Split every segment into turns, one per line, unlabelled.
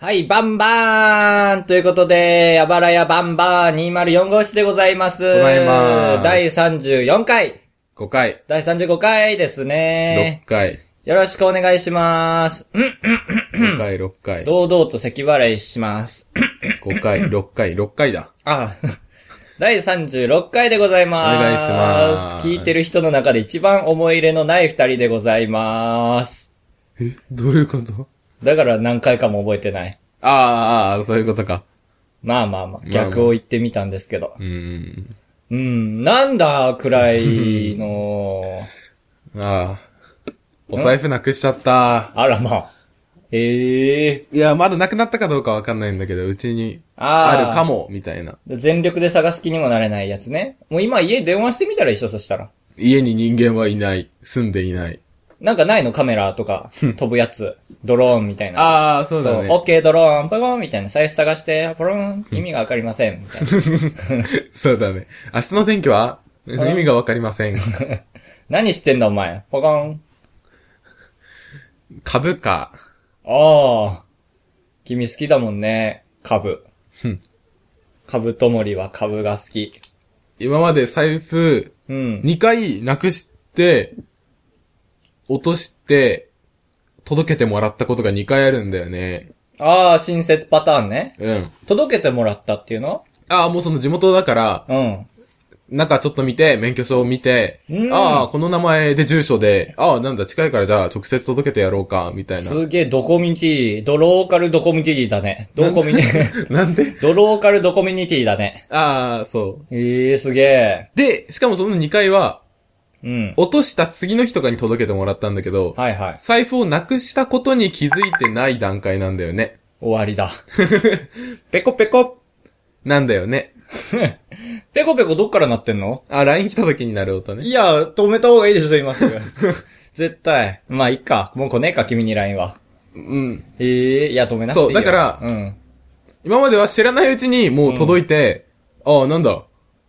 はい、バンバーンということで、あばらやバンバーン204号室でございます。ご
ざいます
第34回、
5回、
第35回です
6
ね。
回、
よろしくお願いします。うん
5回、6回、
堂々と咳払いします。
5回、6回、6回だ。
あ、 第36回でございます。
お願いします
聞いてる人の中で一番思い入れのない二人でございます。
え、どういうこと
だから何回かも覚えてない。
あーあー、そういうことか。
まあまあまあ、
あ
逆を言ってみたんですけど。
うーん。
うん、なんだ、くらい の、
ああ。お財布なくしちゃった。
あらまあ。ええ
いや、まだなくなったかどうかわかんないんだけど、うちに
あー
あるかも、みたいな。
全力で探す気にもなれないやつね。もう今家電話してみたら一緒そしたら。
家に人間はいない。住んでいない。
なんかないのカメラとか、飛ぶやつ、ドローンみたいな。
ああ、そうだ
そう、オ
ね
ッ。ケードローン、ポロンみたいな、財布探して、ポロン、意味がわかりません、みたい な。
そうだね。明日の天気は意味がわかりません。
何してんだお前、ポコン。
株価。
ああ、君好きだもんね、株。株と森は株が好き。
今まで財布、
うん。
2回なくして、落として、届けてもらったことが2回あるんだよね。
ああ、親切パターンね。
うん。
届けてもらったっていうの
ああ、もうその地元だから、
うん。
中ちょっと見て、免許証を見て
うん、
ああ、この名前で住所で、ああ、なんだ、近いからじゃあ直接届けてやろうか、みたいな。
すげえ、ドコミュニティ、ドローカルドコミュニティだね。ドコミュニティ、
なんで
ドローカルドコミュニティだね。
ああ、そう。
ええすげえ。
で、しかもその2回は、
うん。
落とした次の日とかに届けてもらったんだけど、
はいはい。
財布をなくしたことに気づいてない段階なんだよね。
終わりだ。
ペコペコなんだよね。
ペコペコどっからなってんの
あ、LINE 来た時になる音ね
い。や、止めた方がいいでしょ、今すぐ。 絶対。まあ、いっか。もう来ねえか、君に LINE は。
うん。
ええいや、止めなくていいよ
そうだから
うん。
今までは知らないうちにもう届いて、ああ、なんだっ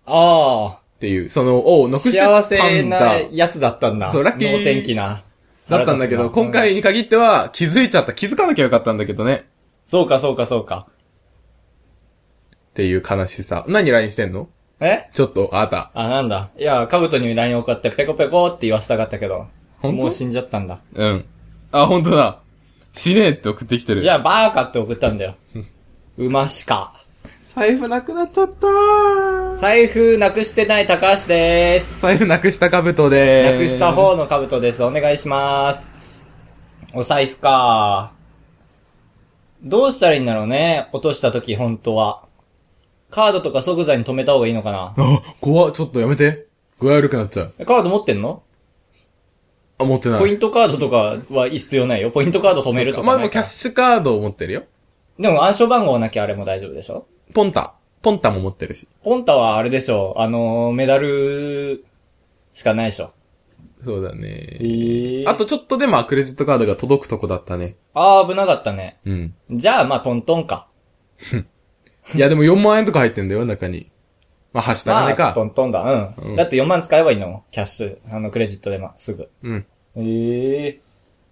あ
ていう、その、おう、な
あ、
くしてた
幸せ
ん
な
だ。
やつだったんだ。
そうラッキー
能天気な。
だったんだけ
腹立つ
ど、
な
今回に限っては気づいちゃった。気づかなきゃよかったんだけどね。
そうか、そうか、そうか。
っていう悲しさ。何 LINE してんの
え
ちょっと、あなた。
あ、なんだ。いや、カブトに LINE 送ってペコペコって言わせたかったけど。
本当
もう死んじゃったんだ。
うん。あ、ほんとだ。死ねえって送ってきてる。
じゃあ、バーカって送ったん だよ。馬しか。
財布なくなっちゃったー。
財布なくしてない高橋です。
財布なくした兜でーす。
なくした。方のカブトです。お願いします。お財布か。どうしたらいいんだろうね。落とした時、本当は。カードとか即座に止めた方がいいのかな。
あ、怖っちょっとやめて。具合悪くなっちゃう。
カード持ってんの
あ、持ってない。
ポイントカードとかは必要ないよ。ポイントカード止めるとか
ま
ない
あで
から
もキャッシュカードを持ってるよ。
でも暗証番号なきゃあれも大丈夫でしょ
ポンタ。ポンタも持ってるし。
ポンタはあれでしょあのー、メダル、しかないでしょ。
そうだね。
え
あとちょっとでもクレジットカードが届くとこだったね。
あー、危なかったね。
うん。
じゃあ、まあ、トントンか。
いやでも4万円とか入ってんだよ、中に。まあ、はした金
まあ、ト
か。
ントンだ。うん。
うん
だって4万使えばいいのキャッシュ、あの、クレジットで、ま、すぐ。
うん。
ええ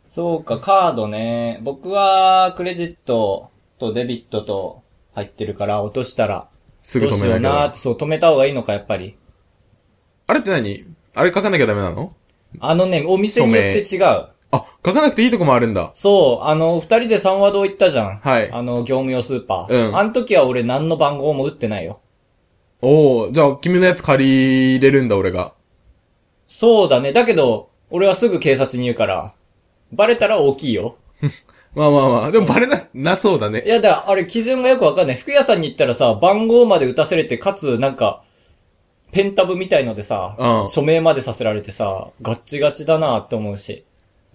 そうか、カードね。僕は、クレジットとデビットと入ってるから、落としたら、
すぐ止め
ど
な
うしようなー
き
っ
ゃ。
て、そう、止めた方がいいのか、やっぱり。
あれって何あれ書かなきゃダメなの
あのね、お店によって違う。
あ、書かなくていいとこもあるんだ。
そう、あの、二人で三和堂行ったじゃん。
はい
あの、業務用スーパー。
うん
あの時は俺何の番号も打ってないよ。
おー、じゃあ君のやつ借りれるんだ、俺が。
そうだね。だけど、俺はすぐ警察に言うから、バレたら大きいよ。
まあまあまあ。でもバレな、なそうだ
い
ね。
やだ、あれ基準がよくわかんない。服屋さんに行ったらさ、番号まで打たせれて、かつ、なんか、ペンタブみたいのでさ、
うん
署名までさせられてさ、ガッチガチだなって思うし。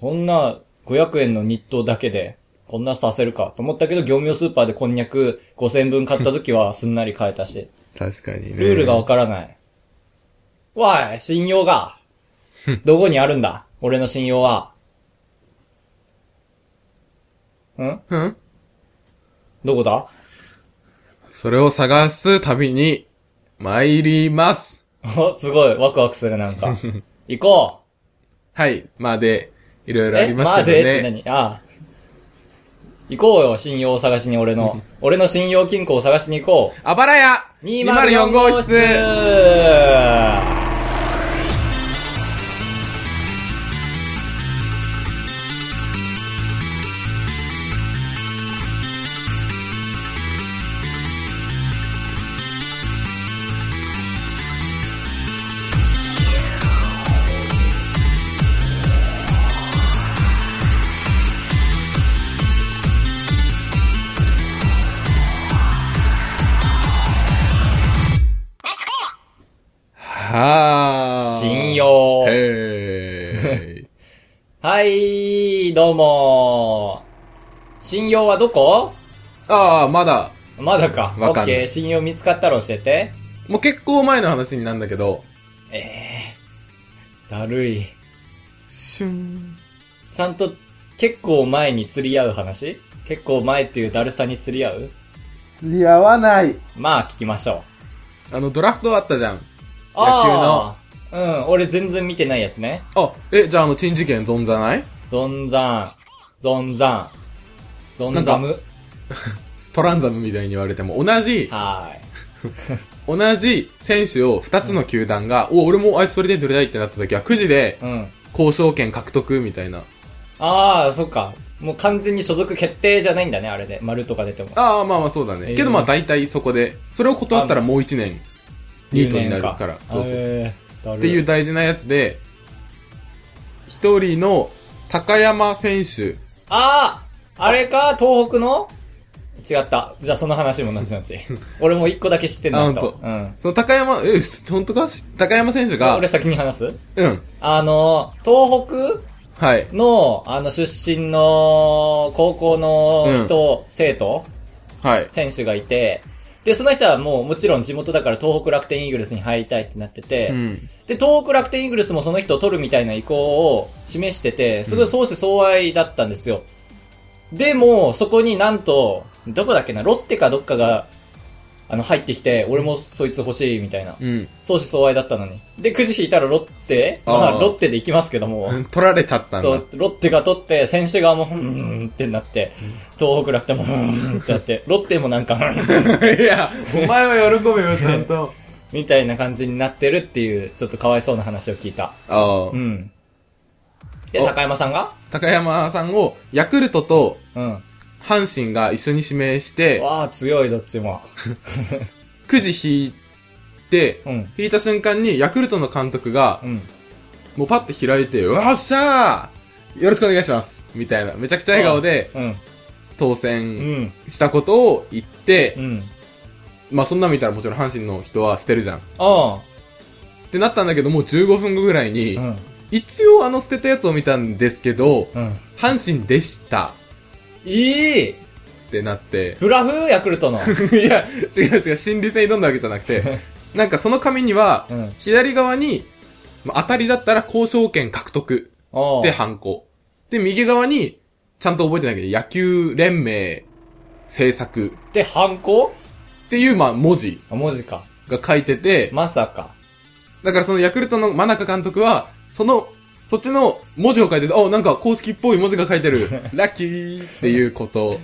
こんな、500円の日当だけで、こんなさせるかと思ったけど、業務用スーパーでこんにゃく5000分買った時はすんなり買えたし。
確かにね。
ルールがわからない。わい、信用が。どこにあるんだ俺の信用は。ん
うん
どこだ
それを探す旅に、参ります。
おすごい、ワクワクする、なん か。行こう
はい。まあで、いろいろあ
え
りますけどね。
あでって何ああ。行こうよ、信用を探しに俺の。 俺の信用金庫を探しに行こ
あばらや
う。204
!204 号
号室
室はー。
信用
へー。
はい、どうも信用はどこ
ああ、まだ、
まだか。
わかんない
オッケー信用見つかったろ教えて。
もう結構前の話になるんだけど、
だるい。
シュン。
ちゃんと、結構前に釣り合う話結構前っていうだるさに釣り合う
釣り合わない。
まあ、聞きましょう。
あの、ドラフトあったじゃん。
ああうん、俺全然見てないやつね。
あ、え、じゃああの、珍事件存じゃない
どんざん、ぞんざん、ぞんざむ。
トランザムみたいに言われても、同じ、
は
同じ選手を2つの球団が、お、俺もあいつそれで取りたいってなった時は、くじで
ーい。うん。
交渉権獲得みたいな。
ああ、そっか。もう完全に所属決定じゃないんだね、あれで。丸とか出ても。
ああ、まあまあそうだね。
えー
けどまあ大体そこで、それを断ったらもう1年、ニートになるから。そうそう。
へーだる
っていう。大事なやつで、一人の高山選手、
あああれか東北の違った。じゃあその話も同じな ち。俺も一個だけ知ってんだっ
あほん
た。
と
うん。
その高山、え、本当か高山選手が
俺、先に話す
うん。
あの、東北
はい。
の、あの、出身の、高校の人、生徒、
はい。
選手がいて、で、その人はもう、もちろん地元だから東北楽天イーグルスに入りたいってなってて、
うん。
で、東北楽天イーグルスもその人を取るみたいな意向を示してて、すごい相思相愛だったんですよ。でも、そこになんと、どこだっけな、ロッテかどっかが、あの、入ってきて、俺もそいつ欲しいみたいな。
うん。
相思相愛だったのに。で、くじ引いたらロッテま
あ
あ、
ー
ロッテで行きますけども。
取られちゃったんだ。
そう、ロッテが取って、選手側も、ふーんってなって、東北楽天も、ふーんってなって、ロッテもなんか、ふーん
いや、お前は喜べよ、ちゃんと。
みたいな感じになってるっていう、ちょっとかわいそうな話を聞いた。
ああ
う。ん。で、
お
高山さんが
高山さんを、ヤクルトと
うん。
阪神が一緒に指名して、
わあ、強い、どっちも。
くじ引いて、
うん
引いた瞬間にヤクルトの監督が
う、ん。
もうパッて開いて、よっしゃーよろしくお願いしますみたいな、めちゃくちゃ笑顔で
うん。
当
う
選
ん。
したことを言って
う、ん。
まあそんな見たらもちろん阪神の人は捨てるじゃん。っ
あ
てなったんだけど、もう15分後ぐらいに
あ。う、ん。
一応あの捨てたやつを見たんですけど、
うん。
阪神でした
いい
ってなって、
ブラフヤクル トの。
いや、違う違う、心理戦に挑んだわけじゃな くて、なんかその紙には、
うん
左側に、まあ当たりだったら交渉権獲得
おう
でハンコ。で、右側に、ちゃんと覚えてないけど、野球連盟制作
で、ハンコ
っていう、まあ、文字
あ文字か。
が書いてて、
まさか。
だからそのヤクルトの真中監督は、その、そっちの文字を書いてて、あ、なんか公式っぽい文字が書 いてる。ラッキーっていうこと。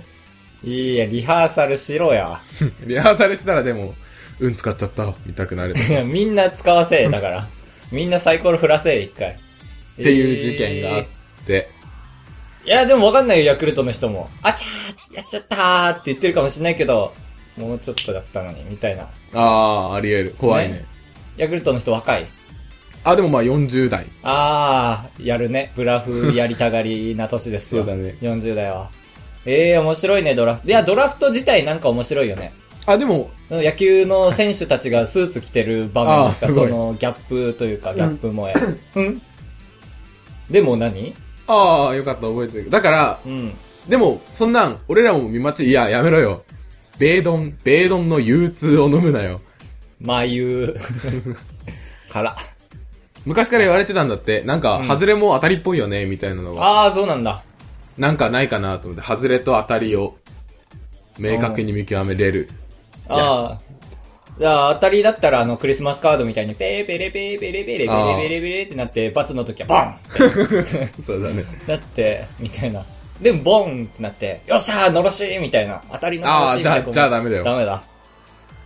いいや、リハーサルしろや。
リハーサルしたらでも、うん使っちゃった。見たくなる。
いやみんな使わせえ、だから。みんなサイコロ振らせえ、一回。っ
っていう事件があって、
いや、でもわかんないよ、ヤクルトの人も。あちゃーやっちゃったーって言ってるかもしんないけど、もうちょっとだったのに、みたいな。
ああ、あり得る。怖いね。
ねヤクルトの人若い。
あ、でもまあ40代。
あー、やるね。ブラフやりたがりな年ですよ。
そうだね
40代は。えー、面白いね、ドラフト。いや、ドラフト自体なんか面白いよね。
あ、でも、
野球の選手たちがスーツ着てる場面です
あ
か
ーすご
そ
い
のギャップというか、ギャップ萌え。 うんでも何
ああ、よかった、覚えてる。だから、
うん。
でも、そんなん、俺らも見待ち、いや、やめろよ。米丼、米丼の憂鬱を飲むなよ。
眉から。
昔から言われてたんだって、なんか、ハズレも当たりっぽいよね、みたいなのが、
ああ、そうなんだ。
なんかないかなと思って、ハズレと当たりを、明確に見極めれる。
ああ。じゃあ、当たりだったら、あの、クリスマスカードみたいに、ペーペレペーペレペレペレペレペレペレってなって、罰の時は、バン
そうだね。
だって、みたいな。で、ボンってなって、よっしゃーのろしいみたいな。当たりののろし
あー
いみ
じゃ
た
あ
いな。
じゃあダメだよ
ダメだ。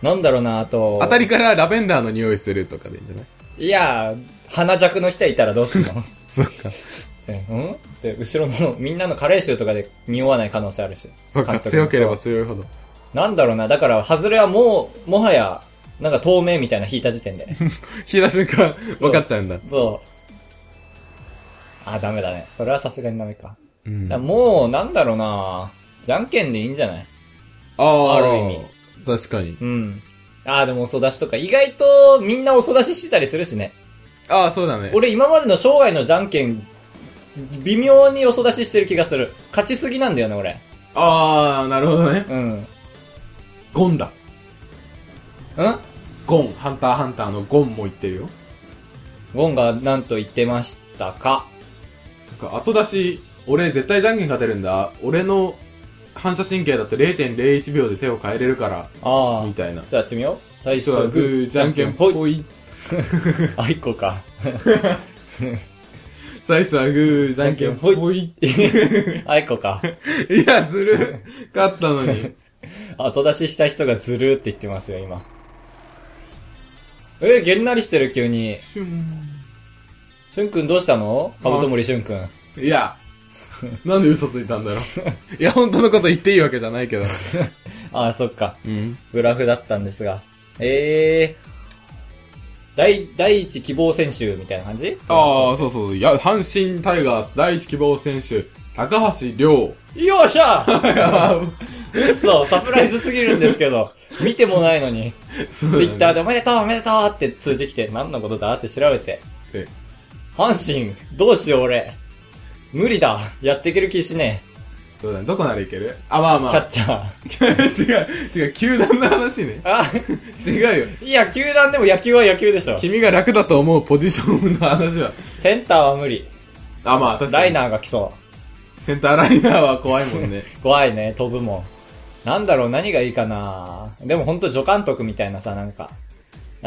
なんだろうな、あと。
当たりからラベンダーの匂いするとかでいいんじゃ ない
いやー、鼻弱の人いたらどうするの
そっか。
えうんって、後ろの、みんなの加齢臭とかで匂わない可能性あるし。
そっか、
監督
強ければ
そう
強いほど。
なんだろうな、だから、ハズレはもう、もはや、なんか透明みたいな引いた時 点で。
引いた瞬間、分かっちゃうんだ。
そう。あ、ダメだね。それはさすがにダメか。
うん。
だからもう、なんだろうなじゃんけんでいいんじゃない
あ
ある
ー
意味
確かに。
うん。ああ、でもお育しとか、意外とみんなお育ししてたりするしね。
ああ、そうだね。
俺今までの生涯のじゃんけん、微妙にお育ししてる気がする。勝ちすぎなんだよね、俺。
ああ、なるほどね。
うん。ん
ゴンだ。ゴン。ハンターハンターのゴンも言ってるよ。
ゴンがなんと言ってましたか
なんか後出し、俺絶対じゃんけん勝てるんだ。俺の反射神経だと0.01秒で手を変えれるから、
ああ。
みたいな。
じゃあやってみよう。最初
人は
は
グ
グ
ー、
ー、
じゃんけん
ぽい。
ぽい。
あ、一個か。
最初はグー、じゃん けんぽい。
あ、一個か。
いや、ずる。勝ったのに。
後出しした人がずるーって言ってますよ、今。えー、げんなりしてる、急に。
シュン
しゅんくんどうしたのカブトムリしゅんくん。
いや、なんで嘘ついたんだろ う。いや、本当のこと言っていいわけじゃないけど。
ああ、そっか。
うん。
グラフだったんですが。えー。第、第一希望選手みたいな感じ
ああ、そうそう。いや、阪神タイガース第一希望選手、高橋亮。
よっしゃ嘘、サプライズすぎるんですけど。見てもないのに。
ツ
ツイッター
で。
でおめでとうおめでとうって通知来て、何のことだって調べて。
え
阪神、どうしよう俺。無理だ。やっていける気しね
そうだね。どこならいけるあ、まあ
え。
ま
キャッ
あ。
チャー。
違う、違う、球団の話ね。
あ、
違うよ。
いや、球団でも野球は野球でしょ。
君が楽だと思うポジションの話は。
センターは無理。
あ、まあ、確かに。
ライナーが来そ
センターライナーは怖いもんね。
う。怖いね、飛ぶもん。なんだろう、何がいいかなでもほんと助監督みたいなさ、なんか。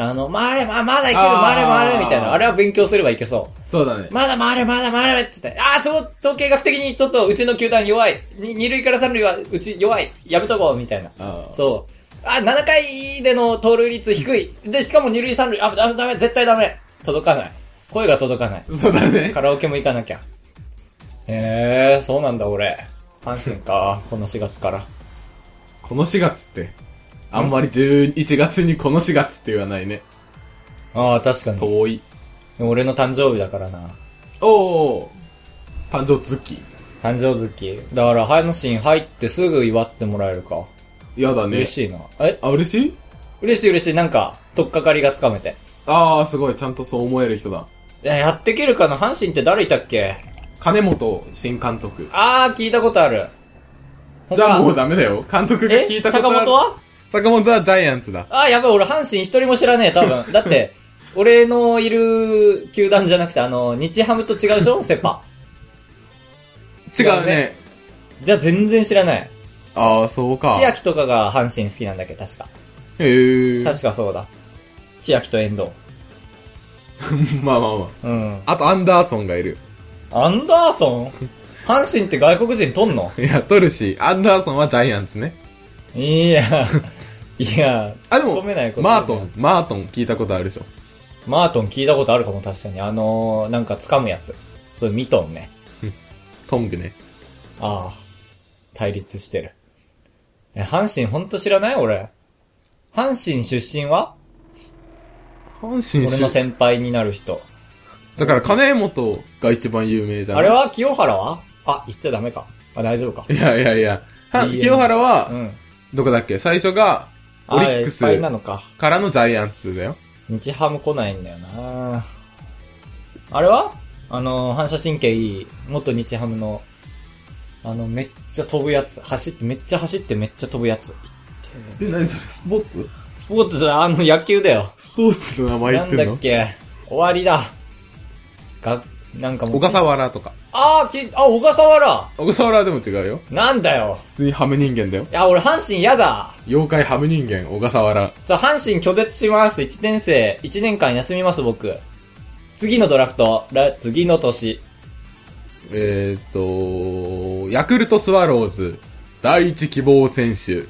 あの、回れ、ま、まだいける、
あー
回れ、回れ、みたいな。あれは勉強すればいけそう。
そうだね。
まだ回れ、まだ回れって言って、ああ、そう、統計学的にちょっとうちの球団弱い。に二塁から三塁はうち弱い。やめとこう、みたいな。
あー
そう。あ、7回での盗塁率低い。で、しかも二塁三塁、あ、ダメ、ダメ、絶対ダメ。届かない。声が届かない。
そうだね。
カラオケも行かなきゃ。へえー、そうなんだ、俺。阪神か、この4月から。
この4月って。あんまり11月にこの4月って言わないね。
ああ、確かに。
遠い。
俺の誕生日だからな。
おー。誕生月。
誕生月。だから、阪神入ってすぐ祝ってもらえるか。
やだね
嬉。しいな。え
あ、嬉しい
嬉しい嬉しい、なんか、とっかかりがつかめて。
あー、すごい。ちゃんとそう思える人だ。
いや、やってけるかな阪神って誰いたっけ
金本新監督。
あー、聞いたことある。
じゃあもう
だ。
ダメだよ。監督が
え
聞いたことある。
坂本は
坂本はジャイアンツだ。
あー、やばい、俺阪神一人も知らねえ、多分。だ って、俺のいる球団じゃなくて、あの、日ハムと違うでしょセパ。
違
違
う
う
ね
ね。じゃあ全然知らない。
あー、そうか。
千秋とかが阪神好きなんだっけど、確か。
へえ。
確かそうだ。千秋と遠藤。
まあまあま
うん。
あ。あと、アンダーソンがいる。
アンダーソ ン阪神って外国人とんの
いや、取るし、アンダーソンはジャイアンツね。
いや、いや、
あ、で
突
も
っ込めないこ、とだ
マ
よ
ートン、マートン聞いたことあるでしょ。
マートン聞いたことあるかも確かに。あのー、なんか掴むやつ。それミトンね。
トングね。
ああ。対立してる。え、阪神ほんと知らない俺。阪神出身は
阪神
俺の
出
先輩になる人。
だから、金本が一番有名じゃん。
あれは清原はあ、言っちゃダメか。あ、大丈夫か。
いやいやいや。はい
いえ
清原
う
は、
ん。
どこだっけ最初が、
あ
オリックス
いっぱいなのか。
からのジャイアンツだよ。
日ハム来ないんだよなあれはあのー、反射神経いい、元日ハムの、あの、めっちゃ飛ぶやつ。走って、めっちゃ走ってめっちゃ飛ぶやつ。
え、何それスポーツ
スポーツだ、あの、野球だよ。
スポーツの名前言
な
っ
ん
てん
だっ
の
け終わりだ。が、なんかもう。
小笠。原とか。
ああ、き、あ、小笠原
小笠原でも違うよ。
なんだよ。
普通にハム人間だよ。
いや、俺、阪神嫌だ。
妖怪ハム人間、小笠原。
じゃあ、阪神拒絶します。1年生、1年間休みます、僕。次のドラフト、ら次の年。
えーっと、と、ヤクルトスワローズ、第一希望選手、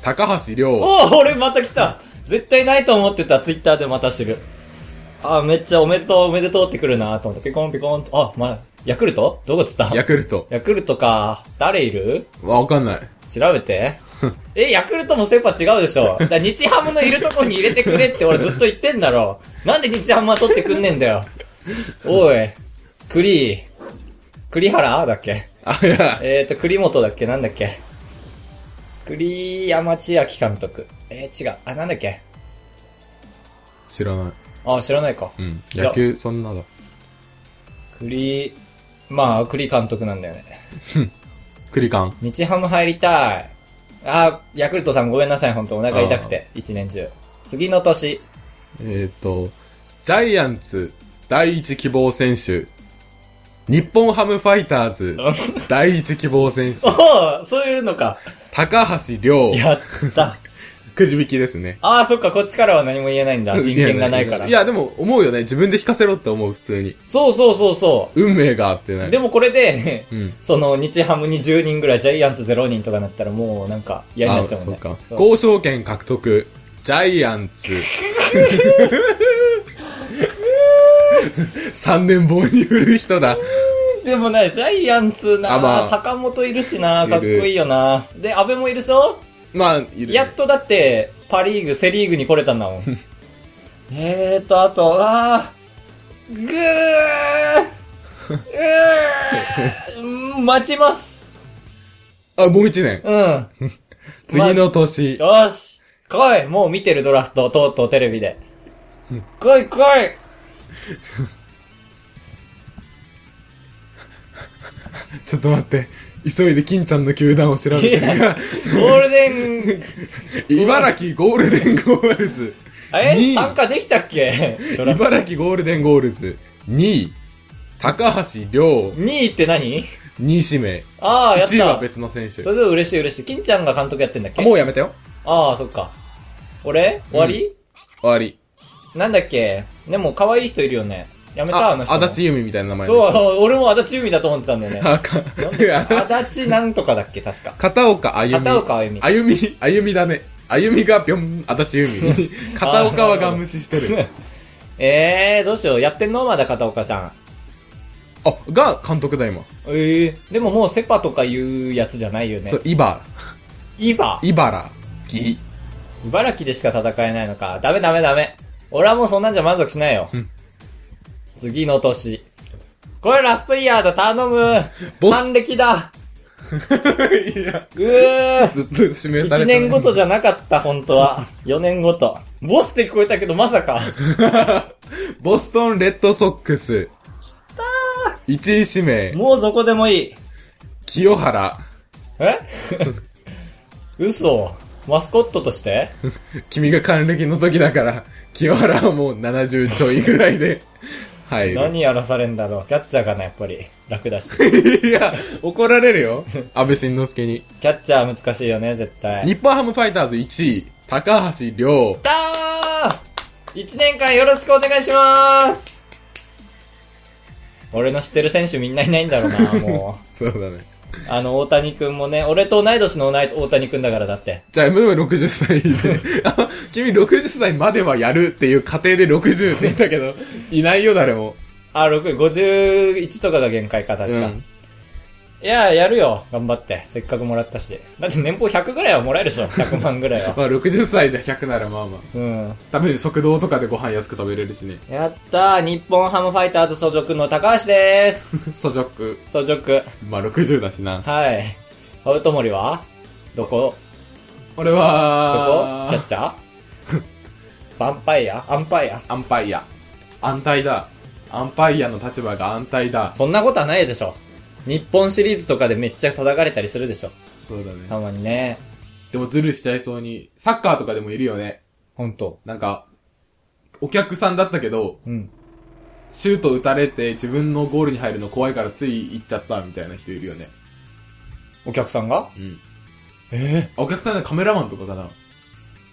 高橋亮、
おお俺また来た絶対ないと思ってた、ツイッターでまた知る。あー、めっちゃおめでとう、おめでとうって来るなと思って、ピコンピコンと。あ、ま、ヤクルトどこっつった
ヤクルト。
ヤクルトか。誰いる
わかんない。
調べて。え、ヤクルトもセパ違うでしょ。だから日ハムのいるとこに入れてくれって俺ずっと言ってんだろ。なんで日ハムは取ってくんねんだよ。おい、栗、栗原だっけ
あ、いや、
えーと、栗本だっけなんだっけ栗山千明監督。えー、違う。あ、なんだっけ
知らない。
あ、知らないか。
うん。
いや
野球、そんなだ。
栗、まあ、栗監督なんだよね。
クリカン。
日ハム入りたい。あ、ヤクルトさんごめんなさい、本当お腹痛くて。一年中。次の年。
えっ、と、ジャイアンツ、第一希望選手、日本ハムファイタ ーズ、第一希望選手、
おお そういうのか。
高橋亮、
や った。
くじ引きですね。
ああ、そっか、こっちからは何も言えないんだ。人権がないから。
いや、でも思うよね。自分で引かせろって思う、普通に。
そうそうそうそ
運命があってな
う。
い。
でもこれで、
うん
その、日ハムに10人ぐらい、ジャイアンツ0人とかなったらもう、なんか、嫌にな
あ、
っちゃう
そ
もん
う
ね。
か。
そう
交渉権獲得、ジャイアン ツ。3年棒に振る人だ。
でもね、ジャイアンツな、
あまあ
坂本いるしな、かっこ
いる
いいよな。で、安倍もいるでしょ
まあ、いる、ね。
やっとだって、パリーグ、セリーグに来れたんだ もん。えーと、あと、あー、ぐー、うーん、待ちます。
あ、もう1年。
うん。
次の年。
よし来いもう見てるドラフト、とうとうテレビで。来い来い
ちょっと待って。急いで金ちゃんの球団を調べてるから。
ゴールデ ン、
茨城ゴールデンゴールズ。
え
二位
参加できたっ けドラフト。
茨城ゴールデンゴールズ。2位。高橋亮。
2位って何
2指名。
ああ、やった。
1位は別の選手
そ。れでも嬉しい嬉しい。金ちゃんが監督やってんだっけ
あもうやめたよ。
ああ、そっか。俺終わり、
終わり。
なんだっけでも可愛い人いるよね。やめたあ
あ
の、人も。
足立由美みたいな名前。
そう、俺も足立由美だと思ってたんだよね。
あか、 いや
足立なんとかだっけ確か。
片岡あゆみ。
片岡あゆみ
あゆみ、あゆみだね。あゆみがぴょん、足 立由美。片岡はガン無視してる。
ええー、どうしよう。やってんのまだ片岡ちゃん。
あ、が監督だ今。
ええー。でももうセパとかいうやつじゃないよね
そ。う、イバ、
イバ
イバラ、ギ。
茨城でしか戦えないのか。ダメダメダメ。俺はもうそんなんじゃ満足しないよ。次の年。これラストイヤーだ、頼む
ボス
還暦 だ
いや、
うー
ずっと指名され
一
てない
年ごとじゃなかった、本当 は。4年ごと。ボスって聞こえたけど、まさか。
ボストンレッドソックス。1位指名、
もうどこでもいい。
清原、
え 嘘。マスコットとして
君が還暦の時だから、清原はもう70ちょいぐらいで入る。
何やらされんだろう。キャッチャーかな、やっぱり。楽だし。
いや、怒られるよ。安倍晋之助に。
キャッチャー難しいよね、絶対。
日本ハムファイターズ1位、高橋亮。
やったー一年間よろしくお願いします俺の知ってる選手みんないないんだろう な、も
そうだね。
う。あの、大谷くんもね、俺と同い年の同い大谷くんだからだって。
じゃあ、ムーム60歳で、 あ君60歳まではやるっていう過程で60って言ったけど、いないよ、誰も。
あ、6、51とかが限界か、確か。
うん
いや、やるよ。頑張って。せっかくもらったし。だって年俸100ぐらいはもらえるでしょ。100万ぐらい は。
まあ、60歳で100ならまあまあ。
うん。
多分、食堂とかでご飯安く食べれるしね。
やったー。日本ハムファイターズ所属の高橋でーす。
素食。
所属。
まあ、60だしな。
はい。青友森はどこ
俺
どこ
は、
キャッチャー ヴァンパイアアンパイア
アンパイア。安泰だ。アンパイアの立場が安泰だ。
そんなことはないでしょ。日本シリーズとかでめっちゃ叩かれたりするでしょ。
そうだね。
たまにね。
でも、ズルしちゃいそうに、サッカーとかでもいるよね。
ほんと。
なんか、お客さんだったけど、
うん。
シュート打たれて自分のゴールに入るの怖いからつい行っちゃったみたいな人いるよね。
お客さんが
うん。ええお客さんのカメラマンとかかな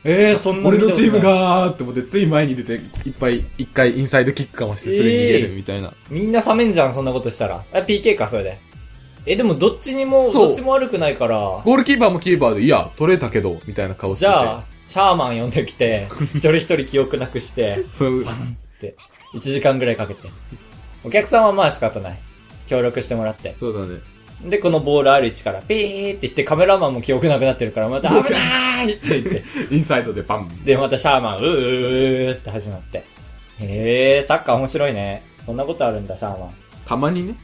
えー、そんな
俺のチーム
見たことない。
がーって思って、つい前に出て、いっぱい、一回インサイドキックかまして、それに入れるみたいな。
みんな冷めんじゃん、そんなことしたら。あ、PK か、それで。え、でもどっちにも、
そう
どっちも悪くないから、
ゴールキーパーもキーパーで、いや、取れたけど、みたいな顔して
じ
て。
ゃあ、シャーマン呼んできて、一人一人記憶なくして、
そう、
って、1時間ぐらいかけて。お客さんはまあ仕方ない。協力してもらって。
そうだね。
で、このボールある位置から、ピーって言って、カメラマンも記憶なくなってるから、また、危ないって言って。
インサイドでバン。
で、またシャーマン、うーうーうーって始まって。へえ、サッカー面白いね。こんなことあるんだ、シャーマン。
たまにね、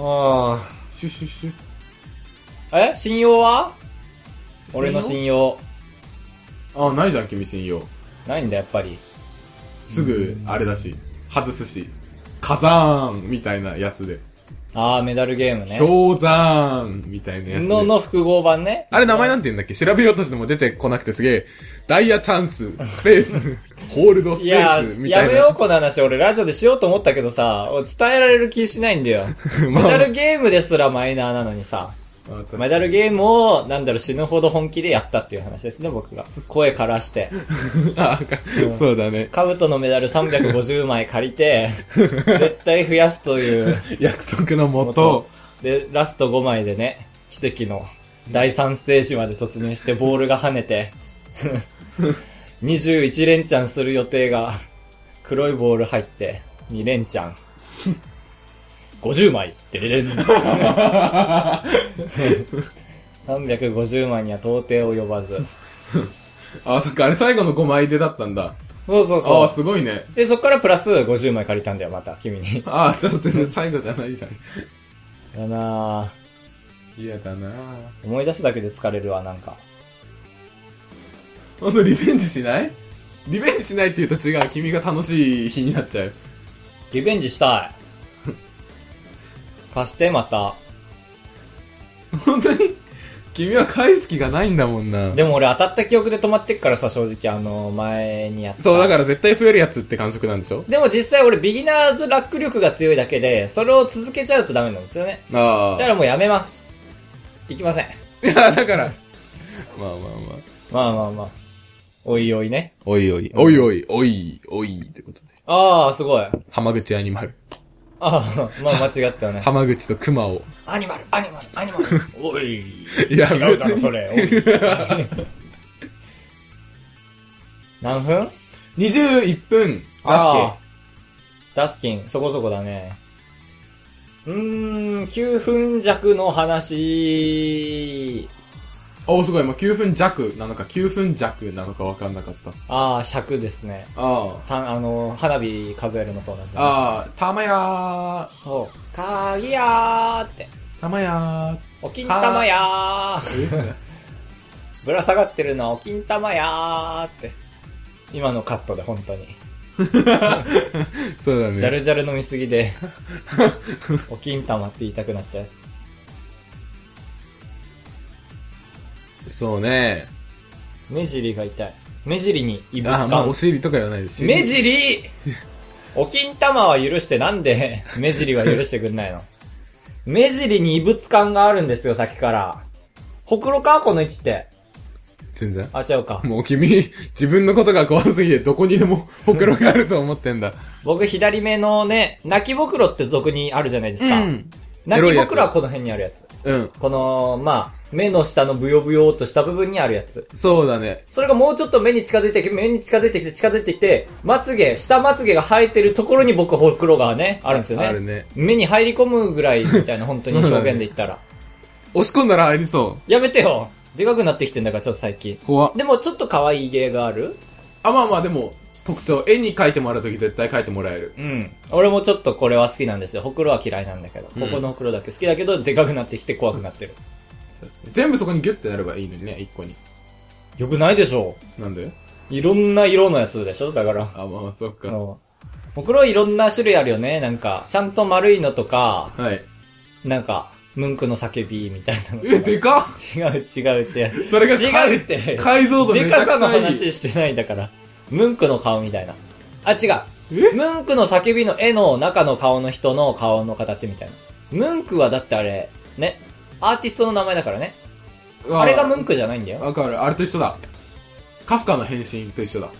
あ
シュッシュッシュッ。
あ。え信用は
信用
俺の信用。
ああ、ないじゃん、君信用。
ないんだ、やっぱり。
すぐ、あれだし、外すし、火山みたいなやつで、
あー、メダルゲームね。
氷山みたいなやつで。
の、の複合版ね。
あれ名前なんて言うんだっけ調べようとしても出てこなくてすげえ、ダイヤチャンス、スペース、 ホールド
い
スペ
や
ース、
ー、
みた
や
い
め
な。
よう、この話。俺、ラジオでしようと思ったけどさ、俺伝えられる気しないんだよ。メ
まあ
ダルゲームですらマイナーなのにさ、
あ確かに
メダルゲームを、なんだろう、死ぬほど本気でやったっていう話ですね、僕が。声枯らして。
あかそうだね。
カブトのメダル350枚借り て、絶対増やすという
約束のも
ことと、。で、ラスト5枚でね、奇跡の第3ステージまで突入してボールが跳ねて、21連チャンする予定が、黒いボール入って、2連チャン。50枚でででん !350 枚には到底及ばず。
あ、そっか、あれ最後の5枚でだったんだ。
そうそう
あ
そ
あ、
う。
すごいね。
で、そっからプラス50枚借りたんだよ、また、君に。
ああ、ちょっとね、最後じゃないじゃん。
だなぁ。
嫌だな
思い出すだけで疲れるわ、なんか。
ほんとリベンジしないリベンジしないって言うと違う。君が楽しい日になっちゃう。
リベンジしたい。 貸して、また。
本当に君は返す気がないんだもんな。
でも俺当たった記憶で止まってっからさ、正直あの、前にやった。。
そう、だからら絶対増えるやつって感触なんでしょ
でも実際俺ビギナーズラック力が強いだけで、それを続けちゃうとダメなんですよね。
あ
だ
あ
か。らもうやめます。いきません。
いや、だから。まあまあまあ。
まあまあまあ。おいおいね。
おいおい。おいおい、おい、おい、ってことで。
ああ、すごい。あ
浜口アニマル。
あ、 まあ間違ったよね。
浜口と熊を。
アニマル、アニマル、ア ニマル。おい。
いや
違うだ
別
ろ、
に
それ。おい 何分
21分、
あ
ラ
ーダスキン、そこそこだね。うーん、9分弱の話。
スケ。おー、すごい。まあ、9分弱なのか、9分弱なのか分かんなかった。
ああ、尺ですね。
あ
三あの、花火数えるのと同じ
あ。
だ。
ああ、たまや
そう。かーぎやーって。
ー。たまや
お金玉やー。
ー。
ぶら下がってるのはお金玉やーって。今のカットで、本当に。
そうだ
ジャ
ね。
ルジャル飲みすぎで、 お金玉って言いたくなっちゃう。
そうね。
目尻が痛い。目尻に異物
ああ、まあ、
感
お。尻とか言わないですし。
目尻お金玉は許してなんで 目尻は許してくんないの目尻に異物感があるんですよ、先から。ほくろかこの位置って。
全然。
あ、違うか。
もう君、自分のことが怖すぎて、どこにで もほくろがあると思ってんだ。
僕、左目のね、泣きぼくろって俗にあるじゃないですか。。泣きぼくろはこの辺にあるやつ。
うん。
この、まあ、目の下のブヨブヨっとした部分にあるやつ。
そうだね。
それがもうちょっと目に近づいてきて、目に近づいてきて、近づいてきて、まつげ、下まつげが生えてるところに僕、ほくろがね、あるんですよね。
あるね。
目に入り込むぐらいみたいな、本当に
そうだね
表現で言ったら。
押し込んだら入りそ
やめてよでかくなってきてんだから、ちょっと最近
う。。怖っ
でも、ちょっと可愛い芸がある
あ、まあまあ、でも、特徴。絵に描いてもらうとき絶対描いてもらえる。
うん。俺もちょっとこれは好きなんですよ。ほくろは嫌いなんだけど。
うん
ここのほくろだけ好きだけど、でかくなってきて怖くなってる。
全部そこにギュッてなればいいのにね、一個に。
よくないでしょ
なんで
いろんな色のやつでしょだから。
あ、まあまあ、そっ
あ
か。
のほくろいろんな種類あるよね。なんか、ちゃんと丸いのとか、
はい。
なんか、ムンクの叫びみたいなのとか。
え、でかっ
違う違う違う。
それが
違うって
解像度め
で
ちゃ
か
くち
さの
ゃいい。
話してないんだから。ムンクの顔みたいな。あ、違
え
う。ムンクの叫びの絵の中の顔の人の顔の形みたいな。ムンクはだってあれ、ね。アーティストの名前だからね。あれがムン
ク
クじゃないんだよ。
わかる。あれと一緒だ。カフカの変身と一緒だ。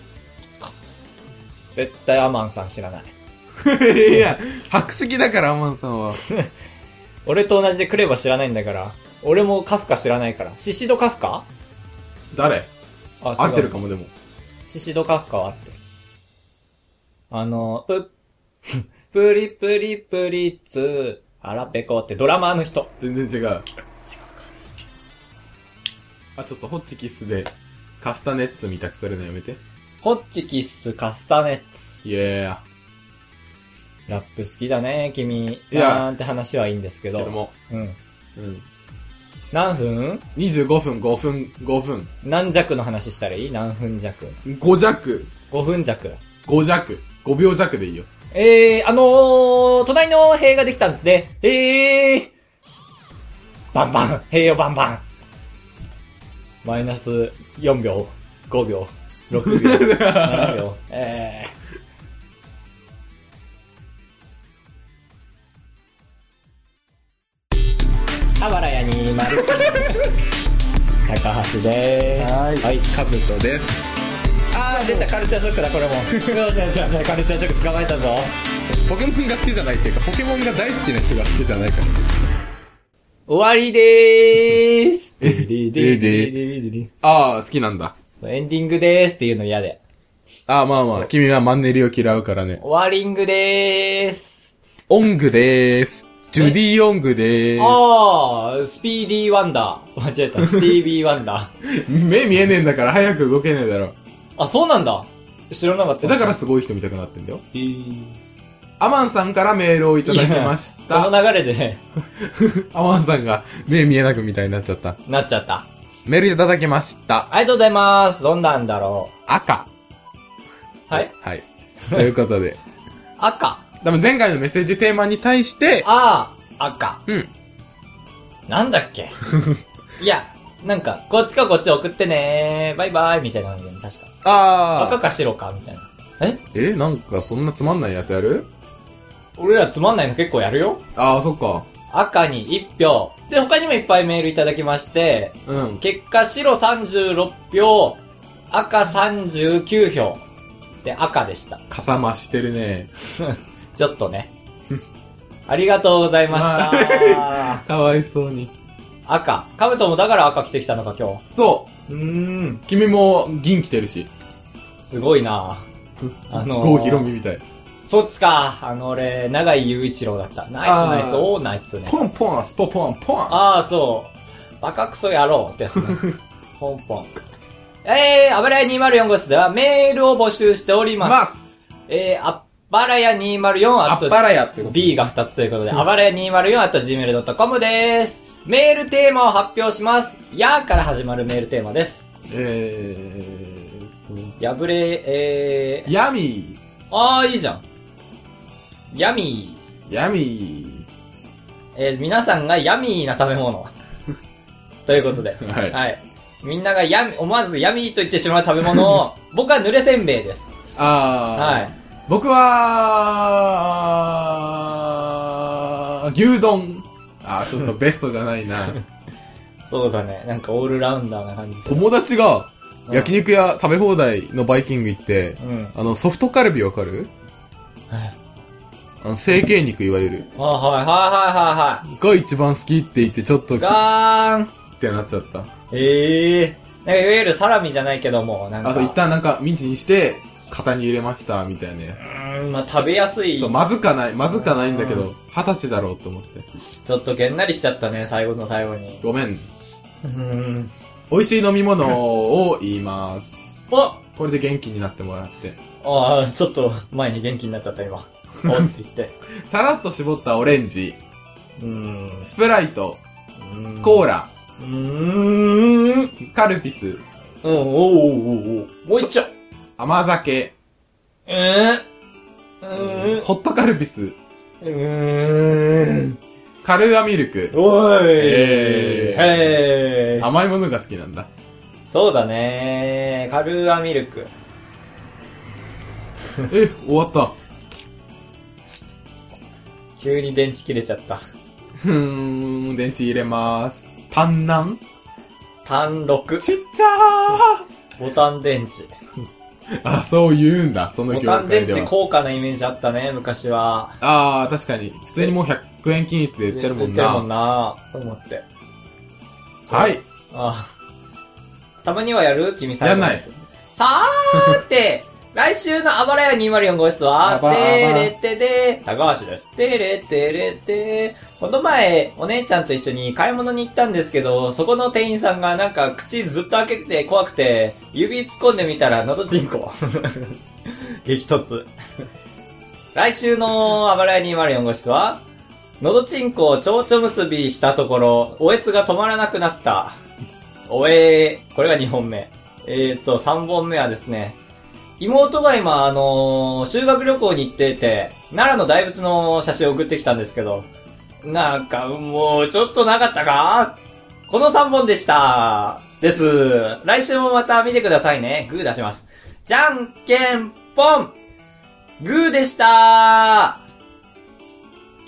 絶対アマンさん知らない。
いや、白石だから、アマンさ んは。
俺と同じでクレバ知らないんだから。俺もカフカ知らないから。シシドカフカ
誰
あ
合ってる
か
かも、でも。
シシドカフカはあってる。あの、ぷ、 プリプリプリッツ、腹ペコってドラマーの人。
全然違う。あ、ちょっとホッチキスで、カスタネッツみたくされるのやめて。
ホッチキッスカスタネッツ。
いや
ラップ好きだね、君。
いや
なんて話はいいんですけ
ー。
ど。
けども、
うん。
うん。
何分
25分、5分、5分。
何弱の話したらいい何分弱
5弱、
?5 分弱。
5弱、5秒弱でいいよ。
えー、あのー、隣の塀ができたんですね。えー、バンバン、塀をバンバン。マイナス4秒、5秒、6秒、7秒、 えー。あばらやにまる。高橋でーす。
はい
はい。
カブトです。
あー、出た、カルチャーショックだ、これ も。そうそうそうそうカルチャーショック捕まえたぞ。
ポケモンが好きじゃないっていうか、ポケモンが大好きな人が好きじゃないから。
終わりでーす。でででで
ああ、好きなんだ。
エンディングでーすっていうの嫌で。
ああ、まあまあ、君はマンネリを嫌うからね。
終わりんぐでーす。
オングでーす。ジュディ・オングでー
あー、スピーディーワンダー。間違えた。スティービーワンダ ー。
す。目見えねえんだから早く動けねえだろ。
あ、そうなんだ。知らなかっ
え
た。
だから
い
すごい人見たくなってんだよ。
や、い
アマンさんからメールをいただきまし
そ
た。
の流れでね、
アマンさんが目見えなくみたいになっちゃった。
なっちゃった。
メールいただきました。
ありがとうございます。どんなんだろ
赤。
う。はい。
はい。ということで。
赤。
でも前回のメッセージテーマに対して、
あー、赤。
うん。
なんだっ けいや、なんか、こっちかこっち送ってねー。バイバイみたいなので、確か。
あ
赤
あ。
か白かみたいな。え
え、なんかそんなつまんないやつやる
俺らつまんないの結構やるよ
ああ、そっか。
赤に1票。で、他にもいっぱいメールいただきまして、
うん。
結果白36票、赤39票。で、赤でした。
かさ増してるね。
ちょっとね。 ありがとうございました。
かわいそうに。
赤。カブトもだから赤着てきたのか今
そ
日。
う。
うーん。
君も銀着てるし。
すごいなあのー
郷ひろみみたい。
そっちか。あの俺、長井雄一郎だった。ナイツナイツ、
あー
オーナイツね。
ポンポン、スポポン、ポン。
ああ、そう。バカクソ野郎ってやつね。 ポンポン。えー、あばらや204号室ではメールを募集しております。
ます。
えー、あばらや204
あ
あ
っぱ
と
らやってこと。
B が2つということで、あばらや204あと gmail.com です。メールテーマを発表します。やーから始まるメールテーマです。
えーっ
破れ、え
と、ヤミー。
ー、あー、いいじゃん。ヤミー。
ヤミ
えー皆さんがヤミーな食べ 物。ということで。
ー。はい。
はい。みんながやみ、思わず闇と言ってしまう食べ物 を、僕は濡れせんべいです。
あー。
はい。
僕は、牛丼。あー、ちょっとベストじゃな いな。
そうだね。なんかオールラウンダーな感じする。
友達が、焼肉屋食べ放題のバイキング行って、
うん。
あの、ソフトカルビわかるあの、成形肉いわゆる。
あ、はい、はい、はい、はい、はい。
が一番好きって言って、ちょっと、っ
ガーン
てなっちゃった。
ええー。なんかいわゆるサラミじゃないけども、なんか。
あ、そう、一旦なんかミンチにして、型に入れました、みたいなや
うーん、まあ食べやすい。
つ。そう、
ち
まずかない、まずかないんだけど、二十歳だろうと思って。
ょっとげんなりしちゃったね、最後の最後に。
ごめん。
うーん。
美味しい飲み物を言います。
お
これで元気になってもらって。
ああ、ちょっと前に元気になっちゃった、 今。おって言って。
さらっと絞ったオレンジ、
うーん。
スプライト、
う
コーラ、
ーん。うーん。
カルピス、
うん、おうおうおうおうもう一丁
甘酒、
えー、う
ホットカルピス、
ーん。うーん。
カルーアミルク。
おい
えー
へー。
甘いものが好きなんだ。
そうだねカルーアミルク。
え、終わった。
急に電池切れちゃった。
ふーん、電池入れます。単軟
単六。
ちっちゃー
ボタン電池。
あ、そう言うんだ、その
ボ
業
タン電
界で
池
は。
高価なイメージあったね、昔は。
ああ、確かに。普通にもう100円均一で売ってるもん
売ってるもん
な。
なと思って。
はい。
ああたまにはやる君さん。
やんない
さーて、来週のあばらや204号室は
あ、ばあば
てれってで、高橋です。てれてれて、この前、お姉ちゃんと一緒に買い物に行ったんですけど、そこの店員さんがなんか口ずっと開けて怖くて、指突っ込んでみたら喉チン コ。激突。来週のあばらや204号室は、のどちんこをちょうちょ結びしたところ、おえつが止まらなくなった。おえー、これが2本目。えー、っと、3本目はですね、妹が今、あのー修学旅行に行ってて、奈良の大仏の写真を送ってきたんですけど、なんか、もう、ちょっとなかったかこの3本でした。です。来週もまた見てくださいね。グー出します。じゃんけんぽんグーでした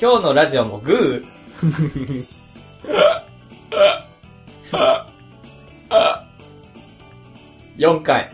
今日のラジオもグー。4回。